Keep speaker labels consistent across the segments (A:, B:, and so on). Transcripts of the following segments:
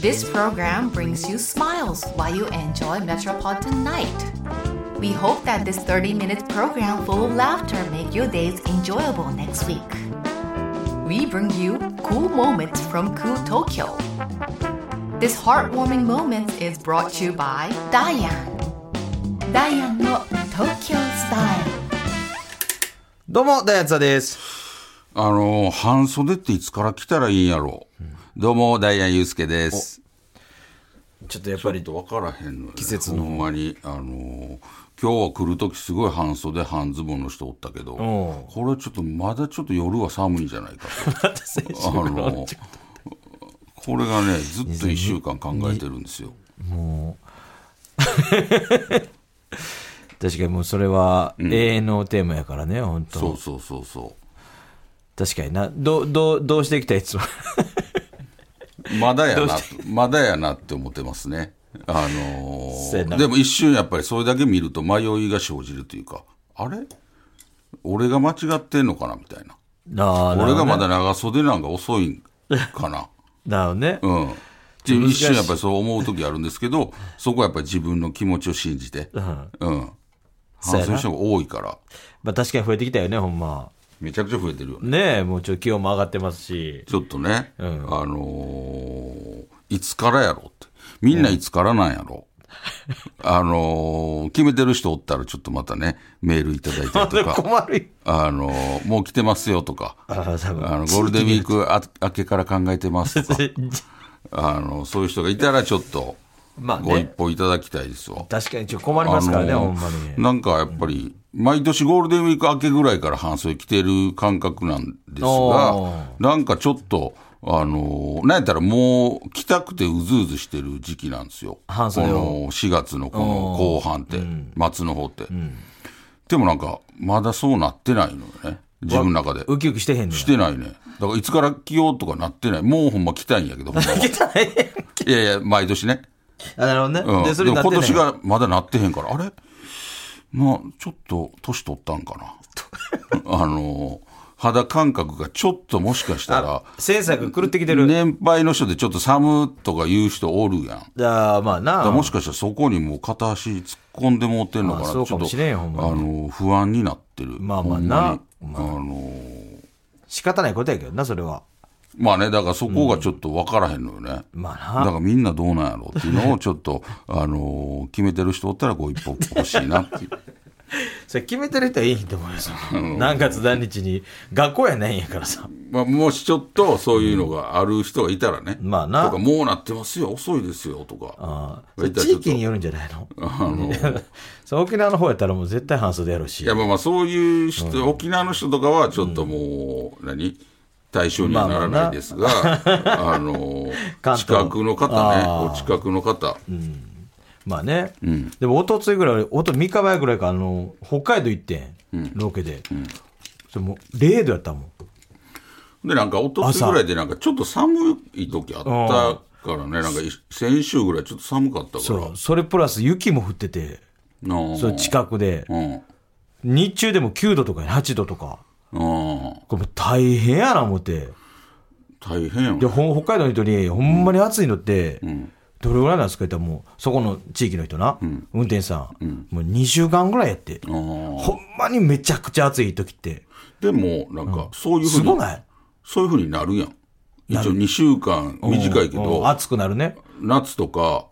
A: This program brings you smiles while you enjoy Metropolitan Night. We hope that this 30-minute program full of laughter make your days enjoyable next week. We bring you cool moments from cool Tokyo. This heartwarming moment is brought to you by Diane. Diane の Tokyo Style.
B: どうも、ダイアツァです。
C: あの、半袖っていつから来たらいいんやろう。どうも、ダイアンユースケです。
B: ちょっとやっ
C: ちょ
B: ぱ
C: っ
B: り、
C: と分からへんのよ、ね。季
B: 節の
C: ほんまに、あの、今日は来るときすごい半袖、半ズボンの人おったけど、これちょっとまだちょっと夜は寒いんじゃないか と。あの、これがね、ずっと1週間考えてるんですよ。
B: 確かにもうそれは永遠のテーマやからね、本当
C: そうそうそうそう。
B: 確かにな。ど、ど、どうしていきたいつも。
C: まだやな、まだやなって思ってますね。あのー
B: せやな
C: でも一瞬やっぱりそれだけ見ると迷いが生じるというか、あれ俺が間違ってんのかなみたいな。
B: なあ、なる
C: 俺
B: ほ
C: が
B: どね
C: まだ長袖なんか遅いん かな。
B: なるほどね。
C: うん。って一瞬やっぱりそう思う時あるんですけど、そこはやっぱり自分の気持ちを信じて、
B: うん。
C: うん。
B: そう
C: 反
B: やな
C: 省人が多いから、
B: まあ確かに増えてきたよね、ほんま。
C: めちゃくちゃ増えてるよね。
B: ねえ、もうちょっと気温も上がってますし。
C: ちょっとね、
B: うん
C: あのーいつからやろうって。みんないつからなんやろう。あのー決めてる人おったらちょっとまたね、メールいただいたり とか、
B: 困るよ。
C: あのーもう来てますよとか、あ
B: ああ、多分。
C: のゴールデンウィークあ明けから考えてます とか、あのそういう人がいたらちょっと、
B: まあね
C: ご一報いただきたいですわ。
B: 確かにちょっと困りますからね、
C: あの
B: ほんまに。
C: なんかやっぱり、毎年ゴールデンウィーク明けぐらいから半袖着てる感覚なんです
B: お
C: が、なんかちょっと、あのなんやったらもう着たくてうずうずしてる時期なんですよ。
B: 半袖を
C: この4月のこの後半って、末の方って。でもなんか、まだそうなってないのよね。自分の中で。
B: ウキウキしてへんの
C: し
B: よ。
C: てないね。だからいつから着ようとかなってない。もうほんま着たいんやけど、ほん まはいやいや、毎年ね。
B: あ、なるほど
C: う
B: ね。
C: ん、
B: で、それにな
C: で
B: っ
C: も
B: て
C: 今
B: ね
C: 年がまだなってへんから、あれまあ、ちょっと年取ったんかな。 あの、肌感覚がちょっともしかしたら、
B: 制作狂ってきてる。
C: 年配の人でちょっと寒とか言う人おるやん。だか
B: ああ、まあな
C: らもしかしたらそこにもう片足突っ込んでもうてんのかな
B: まあ
C: ちょっ
B: そうかも
C: と
B: しれんよほんまに
C: あの、不安になってる。
B: まあまあ
C: ほんにあの、
B: 仕方ないことやけどな、それは。
C: まあね、だからそこがちょっと分からへんのよね。
B: まあな。
C: だからみんなどうなんやろうっていうのをちょっと、あの決めてる人おったらご一歩欲しいなっていう。
B: それ決めてる人はいいと思うよ、その何月何日に。学校やないんやからさ。
C: まあ、もしちょっとそういうのがある人がいたらね、
B: まあな
C: とか、もうなってますよ、遅いですよとか、
B: ああ
C: 言ったら
B: 地
C: ちょっと
B: 域によるんじゃないの
C: あ の
B: そう沖縄の方やったらもう絶対半袖やろう
C: い
B: し
C: や。まあまあ、そういう人、沖縄の人とかはちょっともう、何、対象にはならないですが、 あの
B: 関東
C: 近くの方ね、
B: あー
C: お近くの方、
B: まあね。でも、おとついぐらい、おと3日前ぐらいか、あの、北海道行ってん。ロケで。それもう0度やったもん。
C: で、なんか、おとつぐらいで、なんかちょっと寒い時あったからね、なんかい先週ぐらいちょっと寒かったか
B: そ
C: ら
B: う。それプラス雪も降ってて、
C: なあ、
B: そう近くで。
C: うん、
B: 日中でも9度とか8度とか。
C: うん、
B: これもう大変やな思って。
C: 大変よ
B: で、
C: ね、
B: ほん北海道の人に、ほんまに暑いのって、
C: ん
B: どれぐらいなんですかって言ったら、もう、そこの地域の人な、運転手さん,、もう2週間ぐらいやって、
C: うん
B: ほんまにめちゃくちゃ暑い時って、
C: でも、なんか、そういうふう
B: す
C: に、
B: ごない
C: そういうふうになるやん。一応2週間短いけ
B: うんうん
C: ど、
B: 暑くなるね。
C: 夏とか、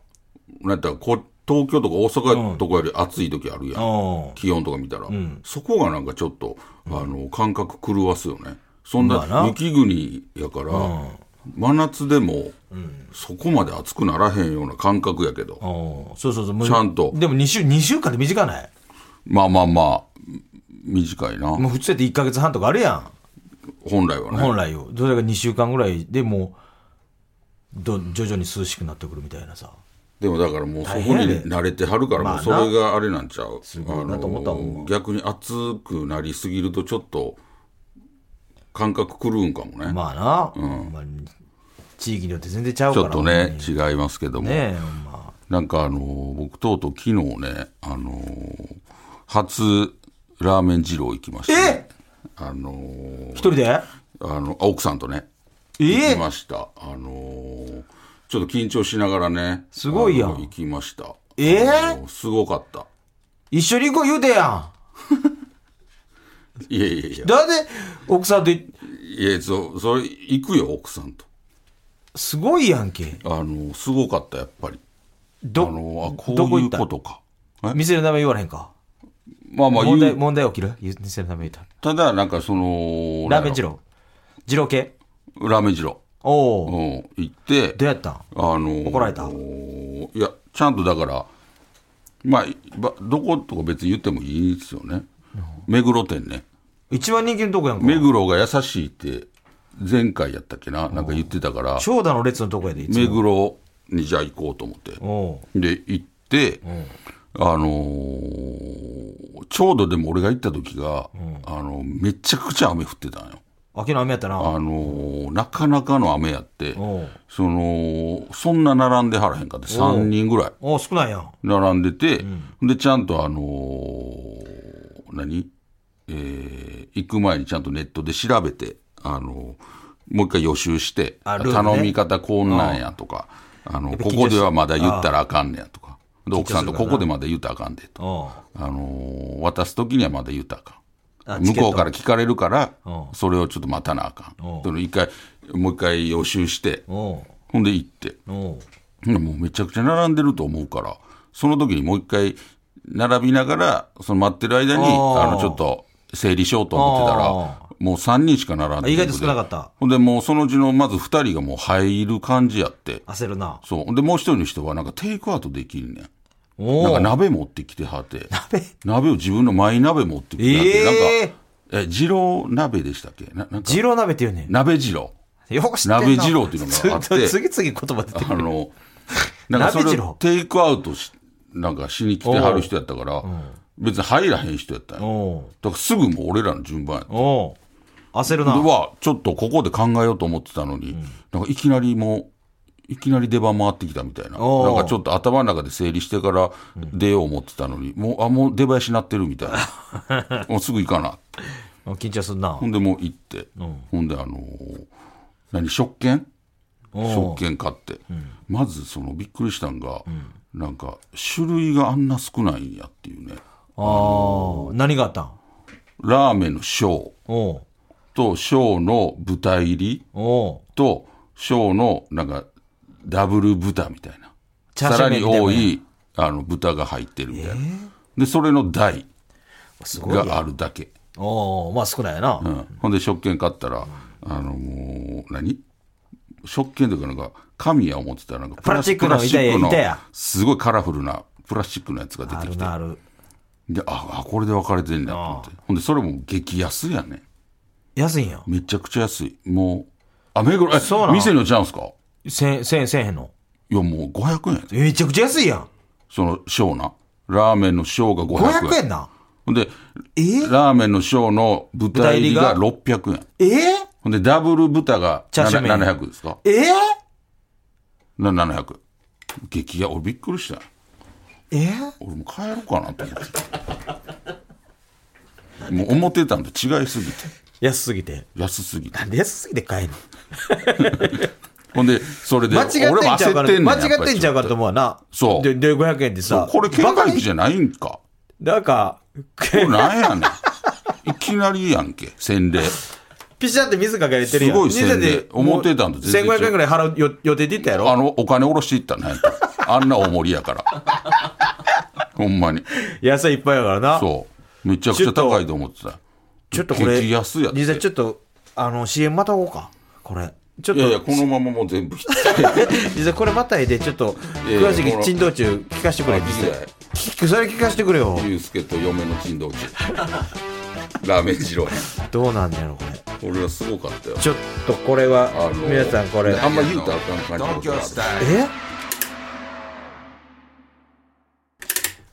C: なんやったらこ東京とか大阪とかより暑い時あるや。
B: うんん。
C: 気温とか見たら、そこがなんかちょっと、あの、感覚狂わすよね。そん
B: まあな
C: な雪国やから、真夏でも、そこまで暑くならへんような感覚やけど、
B: うんそうそうそう。もう
C: ちゃんと
B: でも2週、二週間で短ない
C: まあまあまあ、短いな。
B: もう普通やって1ヶ月半とかあるや
C: 本来は
B: ん。
C: ね。
B: 本来よ。それが2週間ぐらいでもう、ど徐々に涼しくなってくるみたいなさ。
C: でもだからもうそこ
B: 大変
C: に
B: やで
C: 慣れてはるから
B: まあ
C: もう
B: な
C: それがあれなんちゃう、
B: ごいなと思ったもん
C: の逆に熱くなりすぎるとちょっと感覚狂うんかもね、
B: まあな、ほんまに地域によって全然ちゃう
C: ち
B: から。
C: ょっとね違いますけども、
B: ねえ、ほんま。
C: なんかあのー僕とうとう昨日ねあのー初ラーメン二郎行きました、ね、あのー
B: 一人で
C: あのあ奥さんとね
B: え
C: 行きましたあのーちょっと緊張しながらね。
B: すごいやん
C: あの行きました。
B: ええ
C: あのすごかった。
B: 一緒に行こう言うてや
C: いやいやいや
B: ん。。だって、奥さんとい、
C: いや、そ、それ、行くよ、奥さんと。
B: すごいやんけ。
C: あの、すごかった、やっぱり。あ
B: ど、
C: の、あ、こ
B: どこ
C: うい
B: 行っ
C: う
B: た
C: ことか。え
B: 店の名前言われへんか。
C: まあまあ、
B: 問
C: 言
B: 題、
C: う。
B: 問題起きるゆ店の名前言った
C: だ、なんかその、
B: た。ラーメン二郎。二郎系
C: 郎。ラーメン二郎。
B: お
C: う
B: お、
C: ん、行って、
B: どうやったん
C: あの、
B: 怒られた
C: いや、ちゃんとだから、まあ、ばどことか別に言ってもいいですよね。目黒店ね。
B: 一番人気のとこやんか。
C: 目黒が優しいって、前回やったっけな、なんか言ってたから、
B: 長蛇の列のとこやで、いつ
C: 目
B: も。
C: 黒にじゃあ行こうと思って。
B: おう
C: で、行って、あのーちょうどでも俺が行った時が、あの、めちゃくちゃ雨降ってたんよ。
B: 秋の雨やったな。
C: あのーなかなかの雨やって
B: おう、
C: その、そんな並んではらへんかって、3人ぐらい
B: おう少ないやん。
C: 並んでて、で、ちゃんとあのー何えー行く前にちゃんとネットで調べて、あのーもう一回予習して、
B: あルールね
C: 頼み方こんなんやとか、あの、
B: やっぱ緊張
C: こ
B: し
C: こではまだ言ったらあかんねやとか、で奥さんと
B: 緊張するから
C: こ
B: な
C: こでまだ言ったらあかんでと、
B: おう
C: あのー渡す時にはまだ言ったらあかん。
B: あ
C: 向こうから
B: チ
C: 聞かれるから
B: うん、
C: それをちょっと待たなあか
B: うん
C: ん。その一回、もう一回予習して
B: ケッ、トおう
C: ほんで行って。
B: おう
C: ほんでもうめちゃくちゃ並んでると思うから、その時にもう一回並びながら、その待ってる間に、
B: あー
C: あの、ちょっと整理しようと思ってたら
B: あ、
C: もう3人しか並んで
B: あ意外と少なかった。
C: ほんで、もうそのうちのまず2人がもう入る感じやって。
B: 焦るな。
C: そう。ほんで、もう一人の人はなんかテイクアウトできるねん。
B: お
C: なん
B: お
C: か鍋持ってきてはて。鍋を自分のマイ鍋持ってきてはて。
B: え
C: なんか、え、二郎鍋でしたっけななんか、
B: 二郎鍋って言うねん。
C: 鍋二郎。
B: よく知ってんな
C: 鍋二郎っていうの があって
B: 次々言葉出て
C: あ
B: くる。
C: の、なんかそ
B: 鍋二
C: れ
B: 郎
C: をテイクアウトし、なんかしに来てはる人やったから、別に入らへん人やったんや。
B: おう
C: だからすぐもう俺らの順番やった。
B: おう焦る
C: で
B: な。
C: は、ちょっとここで考えようと思ってたのに、なんかいきなりもう、いきなり出番回ってきたみたいな。
B: おー
C: なんかちょっと頭の中で整理してから出よう思ってたのに、もう、あ、もう出囃子なってるみたいな。もうすぐ行かな。
B: 緊張すんな
C: ほ。んでもう行って、ほんであのー何、食券
B: おう
C: 食券買って、まずそのびっくりしたんが、なんか種類があんな少ないんやっていうね
B: ああ、何があったん
C: ラーメンの小
B: おう
C: と小の豚入り
B: おう
C: と小のなんかダブル豚みたいな
B: チャー
C: さ
B: シュー
C: ら
B: 麺
C: に
B: みたいな
C: 多いあの豚が入ってるみたいな、でそれの台
B: すごいやん
C: があるだけ、
B: おおまあ少ないやな。
C: うんほんで食券買ったら、あのもう何食券というかなんか紙や思ってたらなんか
B: プラスチックの
C: プラスチック
B: いたやいたや
C: すごいカラフルなプラスチックのやつが出
B: あ
C: てき
B: る
C: て
B: なある。
C: で、あ、あこれで分かれてんだと思って。ほんで、それも激安やね。
B: 安いんや。
C: めちゃくちゃ安い。もう、あ、目黒、え、
B: そうなん
C: 店のちゃうんすか
B: 千円、千円、千円の。
C: いや、もう500円やで。
B: めちゃくちゃ安いやん。
C: その、小な。ラーメンの小が500円。
B: 500円な。
C: ほんで、
B: え
C: ラーメンの小の豚入りが600円。
B: え
C: ほんで、ダブル豚が
B: チャーシュー麺
C: 700ですか
B: ええ
C: な700。激安。俺びっくりしたよ。
B: え
C: 俺もう帰ろうかなと 思って。もう思ってたんと違いすぎて。
B: 安すぎて。
C: 安すぎて。
B: なんで安すぎて買えんの
C: ほんで、それで、
B: 間違ってんちゃうか
C: 俺も焦
B: ら、
C: ってんね
B: 間
C: やっ
B: 違
C: ぱ
B: っ
C: り
B: てんちゃうかと思うわな。
C: そう
B: で、で500円で
C: そ
B: さ
C: う。これ、
B: バ
C: 喧
B: カ
C: 嘩
B: に
C: 引きじゃないんか。
B: なんか、
C: これ、なんやねん。いきなりやんけ、洗礼。
B: ピシャって水かけられてるやん。
C: すごい宣伝思ってたんと
B: 全
C: 全然違う
B: 1500円ぐらい払うよ予定で言ったやろ
C: あの、お金下ろしていったね。あんな大盛りやから。ほんまに。
B: 野菜いっぱいやからな。
C: そう。めちゃくちゃ高いと思ってた。
B: ちょっとこれ、
C: 激安やって
B: 実際ちょっと、あの、CM またおうか。これ。ちょっ
C: い
B: と、
C: やいや、このままもう全部引って。
B: 実際これまたいで、ちょっと、
C: いやいや
B: 詳しく沈道中聞かせてくれ。
C: あ聞きたい
B: 聞くそれ聞かせてくれよ。
C: ゆうすけと嫁の珍道中。ラーメン二郎編。
B: どうなんだろう、これ。
C: これはすごかったよ。
B: ちょっとこれは、
C: あの
B: 皆さんこれ。
C: あんま言うたらあかん感じのことがある。
B: え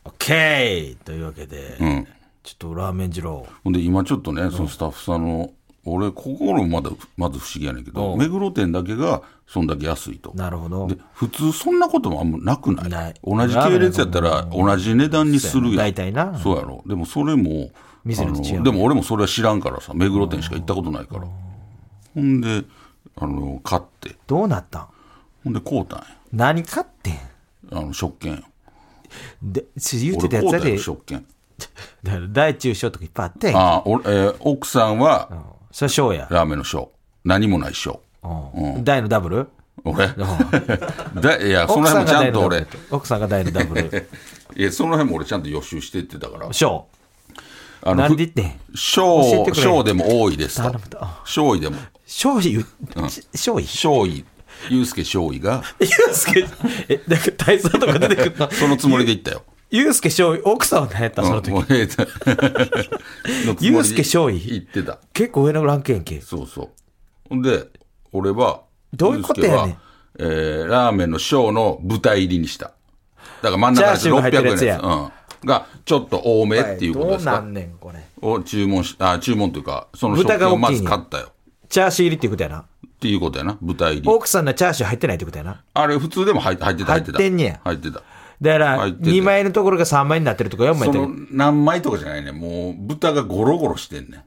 B: ?OK! というわけで、
C: うん。
B: ちょっとラーメン二郎。
C: ほんで今ちょっとね、そのスタッフさんの、俺、心もまだ、まず不思議やねんけど、目黒店だけが、そんだけ安いと。
B: なるほど
C: で。普通そんなこともあんまなくない
B: ない
C: 同じ系列やったら同じ値段にするやん
B: 大体な
C: そうやろでもそれも
B: 店によって違う
C: あのでも俺もそれは知らんからさ目黒店しか行ったことないからほんであの買って
B: どうなったん
C: ほんで買うたんや
B: 何買ってん
C: あの食券
B: でし言っ
C: 俺
B: てたや
C: 買
B: つだ
C: うた
B: で
C: よ食券
B: だから大中小とかいっぱいあってん
C: あ俺、えー奥さんは
B: それは小や、
C: ラーメンの小何もない小
B: うん大のダ ブル
C: 俺 だいやその辺もちゃ
B: 大のダ
C: んと
B: ブ
C: 俺
B: ル奥さんが大のダブル
C: いやその辺も俺ちゃんと予習していってた から
B: 小
C: あ
B: な
C: の
B: んで言ってん教え
C: 小
B: てくれ
C: 小でも多いです
B: 頼
C: と
B: むと
C: 小位でも
B: 小言う小言
C: 小位ゆうすけ小位が
B: ゆうすけ、え、なんか大佐とか出てくる の。
C: そのつもりで言ったよ
B: ゆうすけ少尉、奥さんは何やった その時。
C: うんもうええ とのつもりで
B: ユースケ少尉
C: 言ってた
B: 結構上のランクやんけ。
C: そうそうほんで俺は
B: どういうことやねん
C: ユースケはえーラーメンの小の豚入りにしただから真ん中のやつ
B: チャーシューが入ってるや
C: 600
B: つ
C: 円
B: や
C: やつ、うん、がちょっと多めっていうことです
B: どう
C: か
B: なんねん、これ。
C: を注文しあ注文というかその食
B: 豚が大き
C: 券
B: い
C: をまず買ったよ
B: チャーシュー入りっていうことやな。
C: っていうことやな豚入り
B: 奥さんのチャーシュー入ってないってことやな。
C: あれ普通でも入って入ってた入ってた
B: 入ってんねや
C: 入ってた
B: だから、
C: 入ってて
B: 2枚のところが3枚になってるとか4枚
C: そ
B: になっ
C: の
B: てる。
C: 何枚とかじゃないねもう豚がゴロゴロしてんねん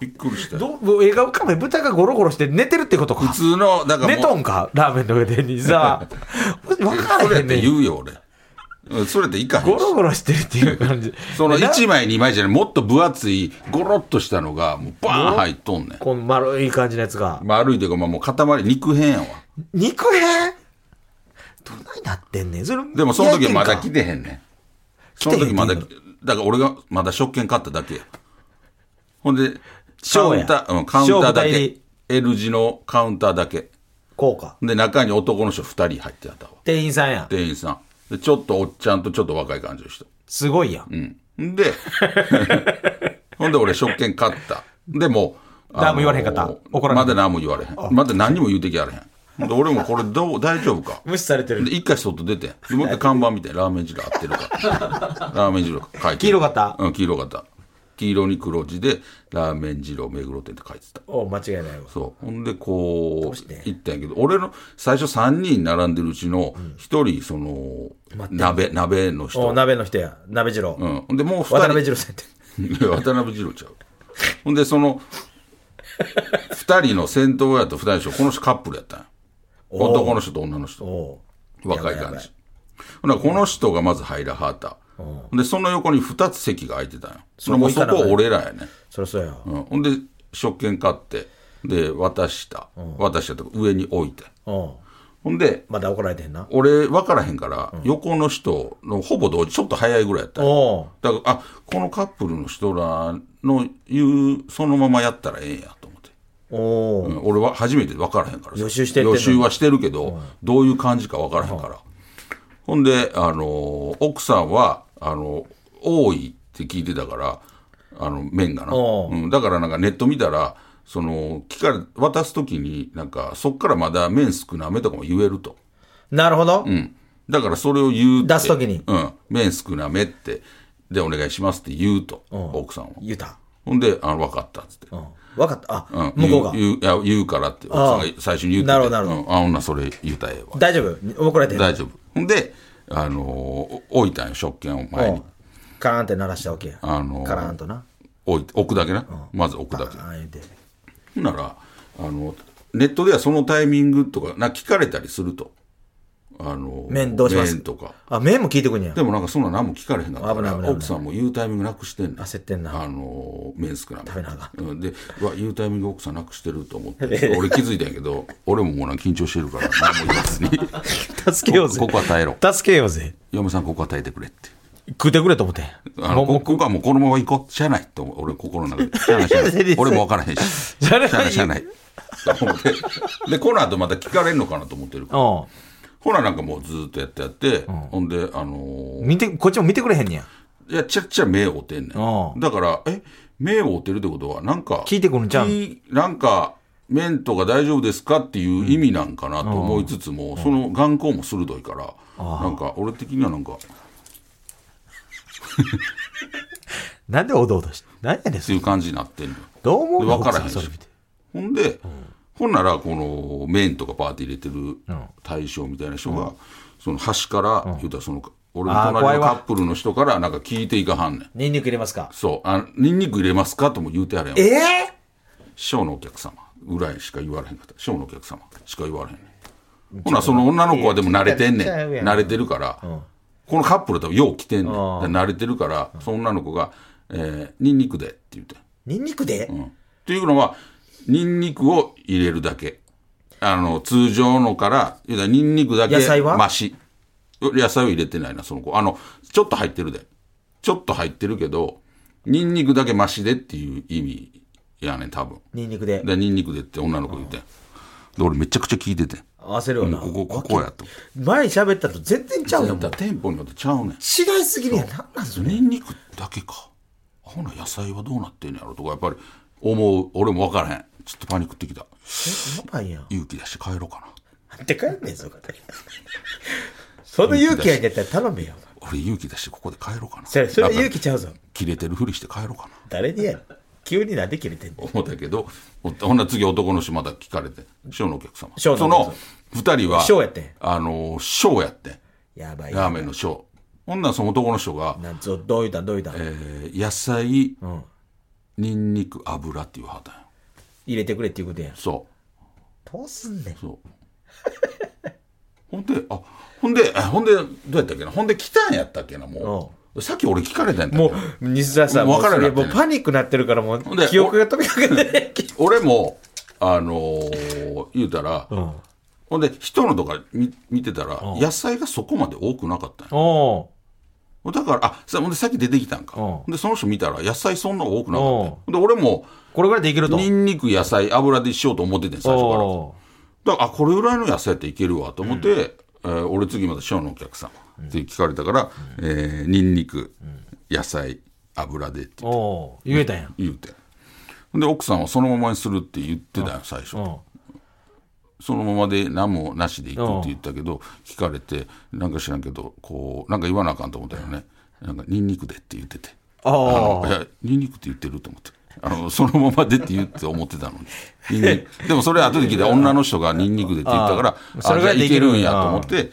C: びっくりしたよ
B: どう、映画かめ、豚がゴロゴロして寝てるってことか
C: 普。通のだか
B: 寝
C: らもう
B: とんか、ラーメンの上でに さ。わから
C: それ
B: へ
C: っ
B: んね
C: て
B: ん。
C: 言うよ俺うんそれっていかへんし
B: ゴロゴロしてるっていう感じ。
C: その
B: な
C: 1枚2枚じゃないもっと分厚いゴロっとしたのがもうバーン入っとんねん
B: この丸い感じのやつが。
C: 丸いというかまあもう塊肉片やわ
B: 肉片どないなってんねん。それ
C: でもその時はまだ
B: 焼いて
C: 来
B: んか
C: てへんねんその時まだ
B: 来
C: だ
B: てへんって
C: から俺がまだ食券買っただけやほんでカ
B: 小
C: ウ
B: や
C: ンター、うん、カウンター
B: 小
C: だ
B: 豚入
C: け
B: り
C: L 字のカウンターだけ
B: こうか。
C: で中に男の人2人入ってあったわ
B: 店員さんや。
C: 店員さんでちょっとおっちゃんとちょっと若い感じの人
B: すごいやん。
C: うん。 で、ほんで俺、食券買った。でもう、
B: 何も言われへんかった
C: あの
B: 怒られへん
C: まだ何も言われへん。まだ何も言うてきやれへん。ほんで、俺もこれどう、大丈夫か。
B: 無視されてる
C: で、。一回外出て、でもう一回看板見て、ラーメン汁合ってるか。ラーメン汁書いてる。
B: 黄色かった
C: うん、黄色かった。黄色に黒字で、ラーメン汁を目黒店って書いてた。
B: お間違いないわ。
C: そう。ほんで、こ
B: して
C: う、行ったんやけど、俺の最初3人並んでるうちの、1人、その、鍋、鍋の人。
B: お鍋の人や。鍋次郎。
C: うん。ほんで、もう2人。
B: 渡辺次郎さんって。
C: いや 渡辺二郎ちゃうほんでその二人の先頭やと二人の人この人カップルやったんや
B: おう
C: 男の人と女の人
B: おう
C: 若い
B: やば
C: 感
B: いやば
C: じほなこの人がまず入らはったほんでその横に二つ席が空いてたんやそ
B: こ
C: もう
B: 行か
C: そ
B: なあかん
C: こ俺らやね、
B: そりゃそうや。
C: うん、ほんで食券買ってで渡した渡したとか上に置いて
B: おう
C: ほんで
B: まだ怒られてへんな。
C: 俺分からへんから横の人のほぼ同時ちょっと早いぐらいやったんや
B: おう
C: だからあこのカップルの人らの言うそのままやったらええんやと思って、
B: お
C: う
B: うん
C: 俺は初めて分からへんからさ
B: 予習してってんの
C: 予習はしてるけど、どういう感じか分からへんから、ほんで、あのー奥さんはあの多いって聞いてたからあの麺がな、
B: おう
C: うん、だからなんかネット見たらその聞かれ渡す時になんかそっからまだ麺少なめとかも言えると。
B: なるほど。
C: うん。だからそれを言うって
B: 出す時に
C: うん。麺少なめって、で、お願いしますって言うと、奥さんは。
B: 言うた。
C: ほんで、あの、分かったっつって。
B: うん。わかった。
C: うん
B: あ、向こうが。
C: 言う言ういや言うからって、奥さんが最初に言うてて
B: なるほどなるほど
C: うんあ、女それ言うたらええわ。
B: 大丈夫怒られてへん。
C: 大丈夫。ほんで、あのー置いたんよ、食券を前
B: お
C: に
B: う。カラーンって鳴らしたわけや。
C: あのー
B: カラーンとな。
C: 置いて置くだけな。まず置くだけ。
B: ああ言うて。
C: ほんなら、あの、ネットではそのタイミングとか、な聞かれたりすると。あのー、
B: 麺どうします
C: 麺とか。
B: あ、麺も聞いてくんねや
C: で。もなんかそんな何も聞かれへんかった
B: 危
C: か
B: ない
C: ら
B: 危ない危ない
C: 奥さんも言うタイミングなくしてんね
B: 焦ってんな
C: あのー麺少なめ
B: 食べなあか
C: うんでうわ言うタイミング奥さんなくしてると思って俺気づいたんやけど俺ももうなんか緊張してるから何も言わ ずに
B: 助けようぜ。
C: ここは耐えろ
B: 助けようぜ。
C: 嫁さんここは耐えてくれって
B: 食ってくれと思って。
C: あの
B: もう
C: ここはもうこのまま行こうしゃあないと思う俺心の中でしゃあないしゃあ ない俺も分からへんしし
B: ゃあない
C: しゃあないと思ってでこの後また聞かれんのかなと思ってるから
B: もう
C: ほらなんかもうずーっとやってやって、ほんであのー
B: うん。見て、こっちも見てくれへんねや。
C: いや、ちゃっちゃ目を追ってんね
B: うん
C: ん。だから、え、目を追ってるってことは、なんか、
B: 聞いてくるんちゃう
C: いなんか、面とか大丈夫ですかっていう意味なんかなと思いつつも、その眼光も鋭いから、なんか、俺的にはなんか、っ
B: なんでおどおどして。何やねん、そ
C: て
B: れ
C: いう感じになってんのよ。
B: どう思う
C: で
B: の
C: 分からへん
B: 奥
C: し
B: さそれ見て
C: ほんで、ほんなら、この、面とかパーティー入れてる大将みたいな人が、その端から、言うたら、その、俺の
B: あー怖い
C: 隣の
B: わ
C: カップルの人から、なんか聞いていかはんねん。
B: ニンニク入れますか
C: そう、あ、ニンニク入れますかとも言うてはれんわ
B: ええ
C: 師匠のお客様ぐらいしか言われへんかった師匠のお客様しか言われへんねほな、その女の子はでも慣れてんねん。
B: いや違うやん
C: 慣れてるから、このカップル多分よう来てんねん。だから慣れてるから、その女の子が、えー、ニンニクでって言って。
D: ニンニクで、
C: うんっていうのは、ニンニクを入れるだけ。あの、通常のから、言うたらニンニクだけ、
D: 野菜は
C: マシ。野菜を入れてないな、その子。あの、ちょっと入ってるで。ちょっと入ってるけど、ニンニクだけマシでっていう意味やねん、多分。
D: ニンニクで。
C: で、ニンニクでって女の子言って。で、俺めちゃくちゃ聞いてて。
D: 焦るよな。
C: ここ、ここやと。
D: 前喋ったと全然ちゃうやん。もう
C: 店舗によってちゃうねん。
D: 違いすぎるやん。なんなんそれ。
C: ニンニクだけかほな野菜はどうなってんねやろとかやっぱり思う俺も分からへんちょっとパニックってきた
D: やばいやん。
C: 勇気出して帰ろうかな
D: なんて帰んねん、そこで。その勇気やんやったら頼めよ。
C: 俺勇気出してここで帰ろうかな
D: それ、それ
C: なん
D: 勇
C: か
D: 気ちゃうぞ。
C: 切れてるふりして帰ろうかな
D: 誰にやん。急になんで切れてんの
C: 思ったけどほほんなら次男の人また聞かれて「ショーのお客様」
D: ショーのお客
C: そ
D: 様
C: の2人は
D: ショーやってん
C: あのショーやってん
D: やばいや
C: ラー
D: ん。
C: メンのショーほんならその男の人が
D: なんぞ、どういたんどういたん、
C: 「えー野菜
D: ん
C: ニンニク油」って言わはったんや
D: 入れてくれっていうことやん。
C: そう
D: どうすんねん。
C: そう。ほんで、あ、ほんで、あほんで、どうやったっけな。ほんで来たんやったっけな、もう。さっき俺聞かれたんやったっ
D: も
C: けな
D: う、西澤さん、も
C: もう
D: う
C: 分か
D: そ
C: らな
D: れ
C: く
D: も
C: なってんね
D: うパニックなってるから、も
C: んで
D: う、記憶が飛びかけて。
C: 俺も、あのー言うたら、ほんで、人のとか見見てたら、野菜がそこまで多くなかったんや
B: お
C: だから、あ、さほんでさっき出てきたんか。
B: うん
C: ほんで、その人見たら、野菜そんな多くなかったんや
B: うん
C: ほんで、俺も、
B: うこれぐらいでいけると。
C: ニンニク、野菜、油でしようと思っててん、最初から。
B: お
C: だからあこれぐらいの野菜っていけるわと思って、えー俺次また師匠のお客さんって聞かれたから、えーニンニク、野菜油でって
B: ーおー言えたんや。
C: 言うてで奥さんはそのままにするって言ってたよ最初
B: うん
C: そのままで何もなしでいくって言ったけど聞かれてなんか知らんけどこうなんか言わなあかんと思ったよねなんかニンニクでって言っててあのいやニンニクって言ってると思ってあのそのままでって言って思ってたのにニンニクでもそれ後で聞いたら女の人がニンニクでって言ったから
B: あー
C: あ
B: それ
C: じ
B: ぐ
C: ゃ
B: ら
C: あ
B: いで
C: い
B: いけ
C: け
B: る
C: るんやと思って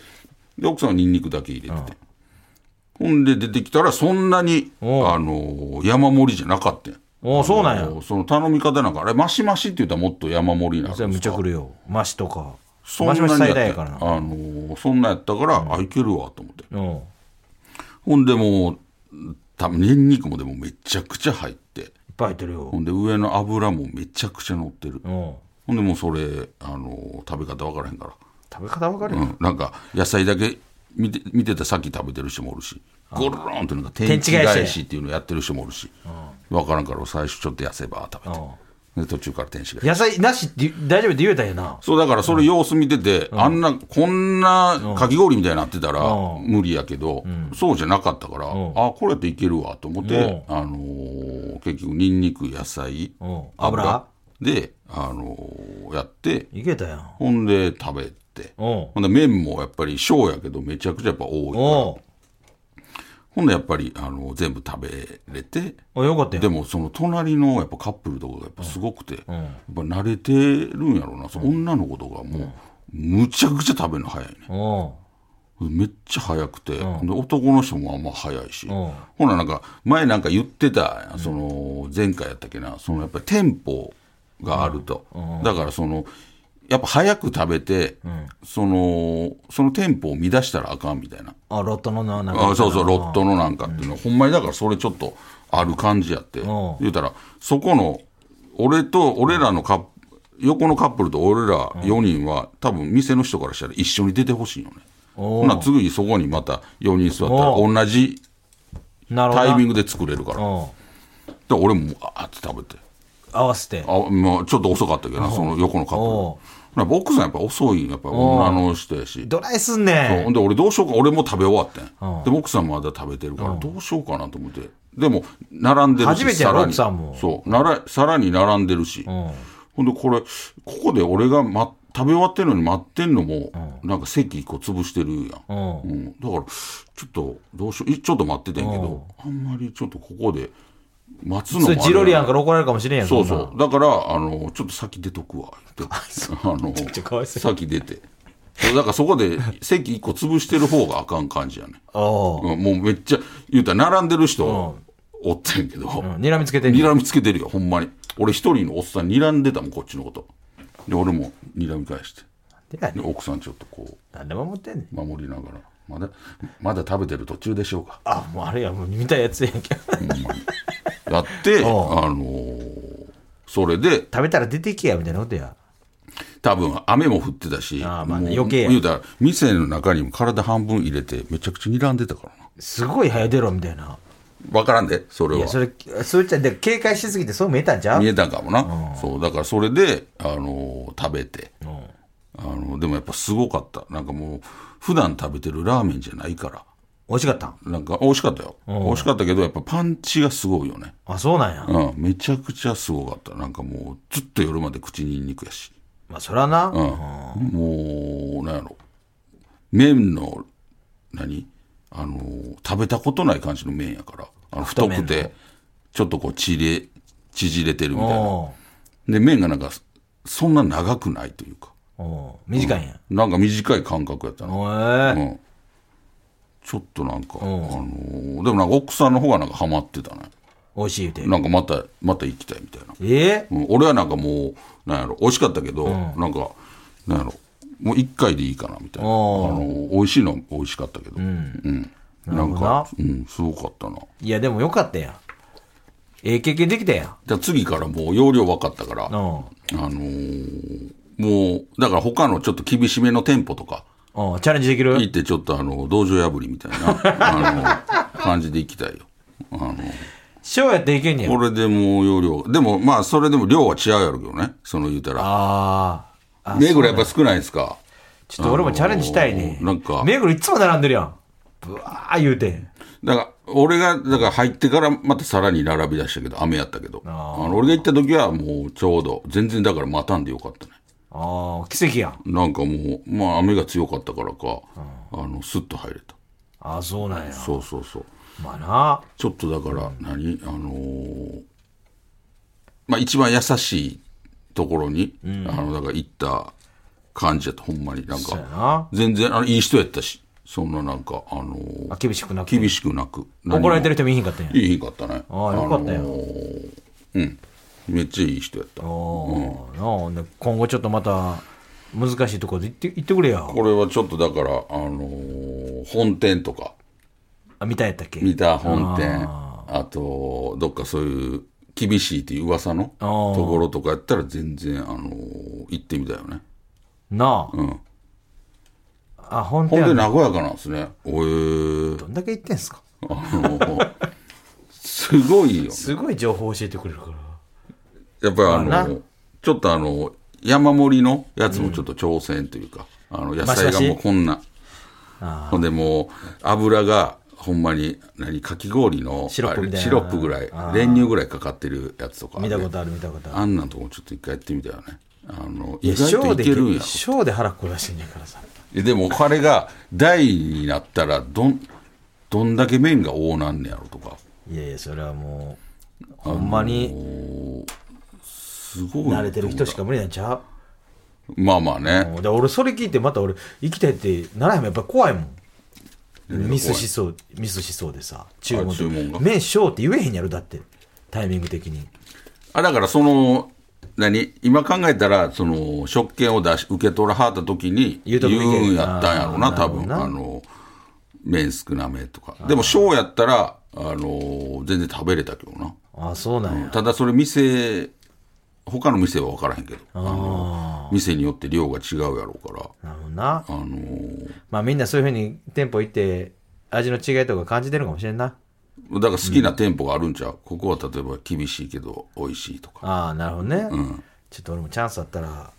C: で奥さんはニンニクだけ入れててほんで出てきたらそんなにあ
B: おう
C: の山盛りじゃなかったん
B: おーそうなんや。
C: その頼み方なんかあれマシマシって言ったらもっと山盛りになるん
B: じゃあ
C: で
B: む
C: す
B: ちゃ
C: か
B: くるよ。マシとか。
C: そんな
B: マ
C: に
B: シ
C: や
B: マ
C: っ
B: シ最
C: た
B: 大やから
C: あ
B: な。
C: のーそんなんやったから、あいけるわと思って
B: うん。
C: ほんでもうたニンニクもでもめちゃくちゃ入って
B: いっぱい入ってるよ
C: ほ。んで上の油もめちゃくちゃ乗ってる、
B: うん。
C: ほんでもうそれ、あのー食べ方わからへんか
B: 食べ方わかる
C: ら、
B: よ。
C: うん、なんか野菜だけ見て見てたらさっき食べてる人もおるしゴローンってなんか天地
B: 天地返
C: 返し
B: し
C: っていうのやってる人もおるし、わからんから最初ちょっと痩せば食べて、で途中から天使返し
B: 野菜なしって大丈夫って言えたんやな。
C: そうだからそれ様子見てて、あんなこんなかき氷みたいになってたら
B: うん
C: 無理やけど、そうじゃなかったから、
B: ん
C: あこれやっていけるわと思って、
B: う
C: あのー結局ニンニク野菜、
B: うん油
C: で、あのーやって
B: いけたやん。
C: ほんで食べて
B: うん
C: ほんで麺もやっぱり小やけどめちゃくちゃやっぱ多いから
B: お
C: ほんでやっぱり、あのー全部食べれて
B: およかったやん。
C: でもその隣のやっぱカップルとかがやっぱすごくて、やっぱ慣れてるんやろうな、その女の子とかもうむちゃくちゃ食べるの早いね
B: お
C: めっちゃ早くて、で男の人もあんま早いし、
B: ん
C: ほななんか前なんか言ってたやんその前回やったっけなそのやっぱり店舗があると、だからそのやっぱ早く食べて、そのその店舗を乱したらあかんみたいな。
B: あ、ロットのな、なんか。
C: あそうそうロットのなんかっていうの、ほんまにだからそれちょっとある感じやって、
B: ん
C: 言うたらそこの俺と俺らのカップ横のカップルと俺ら4人は、多分店の人からしたら一緒に出てほしいよねほんならすぐにそこにまた4人座った
B: お
C: ら同じ
B: なるほど
C: タ
B: な。
C: イミングで作れるからだか
B: うん。
C: ら俺もあって食べて
B: 合わせて。
C: あ、まあ、ちょっと遅かったけどなその横のカップル
B: お
C: ほな奥さんやっぱ遅いやっぱ女の人やし
B: どないすん
C: そう
B: ね
C: ほん
B: ん。
C: で俺どうしようか俺も食べ終わってん、でも奥さんまだ食べてるからどうしようかなと思ってでも並んでるし
B: 初めてやろ
C: らに
B: 奥さんも
C: そうならさらに並んでるし、ほんでこれここで俺が、ま、食べ終わってるのに待ってんのも、なんか席一個潰してるやん、
B: うん。
C: うんだからちょっとどうしよういちょっと待っててんけど、あんまりちょっとここで待つのも
B: そ
C: あ
B: れ
C: れやな
B: ジロリアンから怒られるかもしれんやん。
C: そうん
B: なん
C: そう。だから、あの、ちょっと先出とくわ。言ってあの、
B: ちゃかわいそう
C: 先出て。そうだからそこで席一個潰してる方があかん感じやね。
B: おう
C: うんもうめっちゃ、言うたら並んでる人、おってんけど、
B: うん。睨みつけてんねん
C: 睨みつけてるよ、ほんまに。俺一人のおっさん睨んでたもん、こっちのこと。で、俺も睨み返して。
B: てや
C: で
B: ね
C: 奥さんちょっとこ
B: なんで守ってんねん
C: う守りながらまだまだ食べてる途中でしょうか
B: あもうあれやもう見たやつやんけ
C: ほんまにやってあのーそれで
B: 食べたら出てけやみたいなことや
C: 多分雨も降ってたし
B: あーまあね
C: もう
B: 余計や
C: 言うたら店の中にも体半分入れてめちゃくちゃ睨んでたからな
B: すごい早出ろみたいな
C: 分からんでそれ
B: い
C: は
B: やそれそういったで警戒しすぎてそう見えたんちゃう
C: 見えたんかもな、そうだからそれで、あのー食べて、あのーでもやっぱすごかったなんかもう普段食べてるラーメンじゃないから
B: 美味しかったん
C: なんか美味しかったよ、美味しかったけどやっぱパンチがすごいよね
B: あそうなんや、
C: うんめちゃくちゃすごかったなんかもうずっと夜まで口にんにくやし
B: まあそらな、
C: うん、もうなんやろ麺の何あのー食べたことない感じの麺やからあの太
B: 麺
C: くてちょっとこうちれ縮れてるみたいな
B: お
C: で麺がなんかそんな長くないというか
B: うおう短いんや、
C: なんか短い感覚やったな、
B: お
C: う
B: え
C: ん、ちょっとなんか、あのーでもなんか奥さんの方がなんかハマってたね
B: 美味しい言うて
C: なんかまたまた行きたいみたいな
B: え
C: うん、俺はなんかもうなんやろ美味しかったけど、なんかなんやろもう1回でいいかなみたいなあ
B: お
C: の美味しいのは美味しかったけど、うんなん
B: なる
C: か、うん、すごかったなだか
B: いやでもよかったやんええ経験できたやん
C: ら次からもう容量分かったから、あ
B: うん
C: のーもうだから他のちょっと厳しめの店舗とか
B: うんチャレンジできる
C: 行ってちょっとあの道場破りみたいなあの感じで行きたいよあの
B: 塩やっていけんねや
C: これでもう容量でもまあそれでも量は違うやろうけどねその言うたら
B: ああ
C: 目ぐらいやっぱ少ないですか
B: ちょっと俺もチャレンジしたいね。
C: あのーなんか
B: 目黒いつも並んでるやん。ぶわー言うて。
C: だから、俺が、だから入ってからまたさらに並び出したけど、雨やったけど。
B: あ
C: あの俺が行った時はもうちょうど、全然だから待たんでよかったね。
B: ああ、奇跡やん。
C: なんかもう、まあ雨が強かったからか、あの、スッと入れた。
B: ああ、そうなんや。
C: そうそうそう。
B: まあな。
C: ちょっとだから何、あのーまあ一番優しいところに、あの、だから行った感じやった、ほんまに。なん
B: そうや
C: か、
B: な。
C: 全然、あの、いい人やったし、そんななんか、あのー
B: あ厳しくなくて。
C: 厳しくなく。何も
B: 怒られてる人もいいひんかったんや。
C: いい日かったね。
B: ああ、よかった
C: あの
B: よ。
C: ーうん。めっちゃいい人やった。こ
B: おーなあほんで今後ちょっとまた、難しいところで行って行ってくれや。
C: れはちょっとだから、あのー本店とか、
B: あ、見たやったっけ
C: 見た本店、あと、どっかそういう厳しいっていう噂のと
B: ああ
C: ころとかやったら全然、あのー行ってみたいよね。
B: なあ。
C: うん。
B: あ、本
C: ほ
B: 店
C: ん
B: や
C: で
B: な。
C: 和やかなんですね。おえー
B: どんだけ行ってんすか
C: あ のーすごいよ。
B: すごい情報教えてくれるから。
C: やっぱりあの
B: まあな
C: ーちょっとあのー山盛りのやつもちょっと挑戦というか、あの、野菜がもうこんな。
B: あ
C: ほんでもう油がほんまに何かき氷の
B: シロップみたいな
C: あれシロップぐらい練乳ぐらいかかってるやつとか
B: あ、見たことある見たことある。
C: あんなんとこちょっと一回やってみたよねあの
B: い
C: 意外とい
B: で、
C: けるんやろ
B: ショーで腹壊してんやからさ。
C: えでも彼が大になったらどんどんだけ麺が多なんねやろとか
B: いやいや、それはもう、ほんまに
C: すごい
B: 慣れてる人しか無理なんちゃ
C: まあまあね
B: う。で、俺、それ聞いて、また俺、行きたいって、ならへんもんやっぱ怖いもん。ミスしそう、ミスしそうでさ、注文
C: あ注文が
B: 麺しようって言えへんやろ、だって、タイミング的に。
C: あだからその何今考えたらその食券を出し受け取らはった時に
B: 言
C: 言
B: うとこ見て
C: うんやったんやろうな
B: あーな
C: 多分
B: るほどな
C: あの麺少なめとかでも小やったらあの全然食べれたけどな
B: ああ、そうなんや。
C: ただそれ店他の店は分からへんけどあの店によって量が違うやろうから
B: なるほどな。
C: あの
B: まあ、みんなそういうふうに店舗行って、味の違いとか感じてるかもしれんな。
C: だから好きな店舗があるんちゃう、ここは例えば厳しいけど美味しいとか
B: ああ、なるほどね。ちょっと俺もチャンスあったら、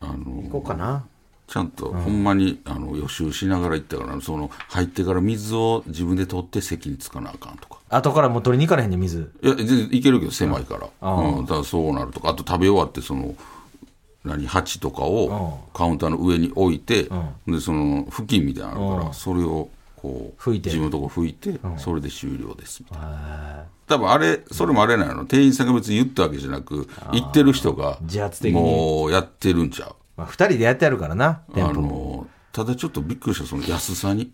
C: あの
B: 行こうかな。
C: ちゃんとほんまに、あの予習しながら行ったからその入ってから水を自分で取って席につかなあかんとか
B: 後からもう取りに行かれへんねん、水。
C: いや全然行けるけど狭いから,、うん、だからそうなるとかあと食べ終わってその何鉢とかをカウンターの上に置いて、でその布巾みたいなのあるから、それをこう
B: 拭いて
C: 自分のとこ拭いて、それで終了ですみたいな多分あれそれもあれなの、店員さんが別に言ったわけじゃなく行ってる人が
B: 自発的に
C: もうやってるんちゃう
B: まあ、二人でやってやるからな、店
C: あ
B: 舗も。
C: のただちょっとびっくりしたその安さに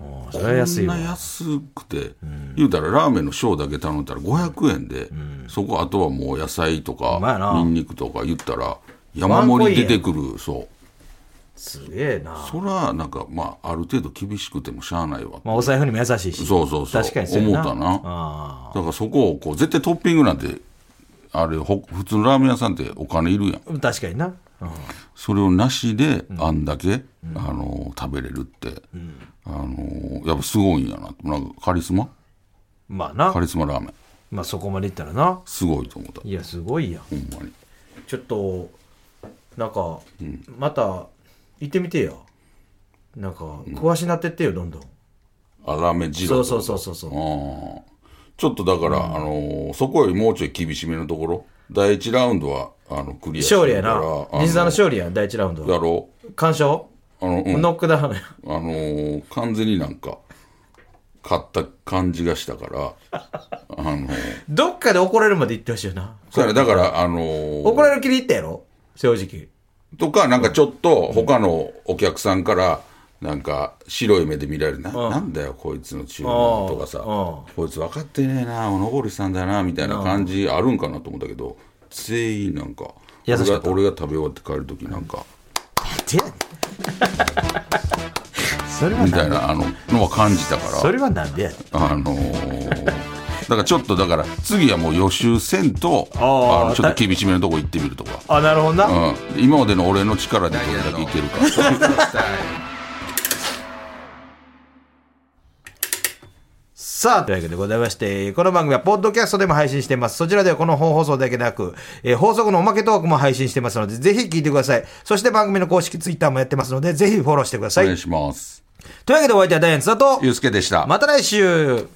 B: おうそれは安い
C: こ
B: わ
C: ん。な安くて、言うたらラーメンのショーだけ頼んだら500円で、そこあとはもう野菜と
B: まやな
C: かニンニクとか言ったら山盛り出てくるそ
B: すげえな。
C: それはなんか、まあ、ある程度厳しくてもしゃあないわ。
B: まあ、お財布にも優しいし。
C: そうそうそう。
B: 確かにそう
C: 思っ
B: や
C: たな。だ
B: あ
C: からそこをこう、絶対トッピングなんて、あれ、ほ普通のラーメン屋さんってお金いるやん。
B: ー確かにな。うん
C: それをなしで、あんだけ、あのー、食べれるって、あのー、やっぱすごいんやな。なんかカリスマ
B: まあな
C: カ。リスマラーメン。
B: まあそこまでいったらな。
C: すごいと思った。
B: いや、すごいやん。
C: ほんまに。
B: ちょっと、
D: なんか、また行ってみてよなんか詳しなってってよどんどん、
C: あ、ラーメン二
D: そ
C: 郎
D: うそうそうそうそう
C: ああちょっとだから、あのーそこよりもうちょい厳しめのところ第1ラウンドはあのクリアして
D: 勝利やな
C: るからあ
D: 西澤の勝利や第一ラウンドは
C: やろう
D: 完勝、
C: あの、うん
D: ノックダウン
C: あのー完全になんか勝った感じがしたから あのー
D: どっかで怒られるまで行ってほしいよな
C: そうやねだからあのー
D: 怒られる気で行ったやろ正直
C: とかなんかちょっと他のお客さんからなんか白い目で見られるな,、なんだよこいつの注文とかさ、
D: うん
C: こいつ分かってねえなおのぼりさんだなみたいな感じあるんかなと思ったけど全員なんか
B: 優
C: 俺
B: しかっ
C: が
B: た
C: 俺が食べ終わって帰る時なんか、
B: てやねんそれは
C: みた
B: ない
C: なあののは感じた
B: そ
C: か
B: れはなんでやねん
C: らあのーだからちょっとだから次はもう予習せんと
B: あー
C: あのちょっと厳しめのとこ行ってみるとか、
B: あ、なるほどな。
C: うん、今までの俺の力でどれだけいけるか。
B: さあ、というわけでございまして、この番組はポッドキャストでも配信しています。そちらではこの本放送だけでなく、えー放送後のおまけトークも配信してますので、ぜひ聞いてください。そして番組の公式ツイッターもやってますので、ぜひフォローしてくださ
C: お
B: い。
C: 願いします。
B: というわけでお相手はダイアンツだと、
C: ゆうすけでした。
B: また来週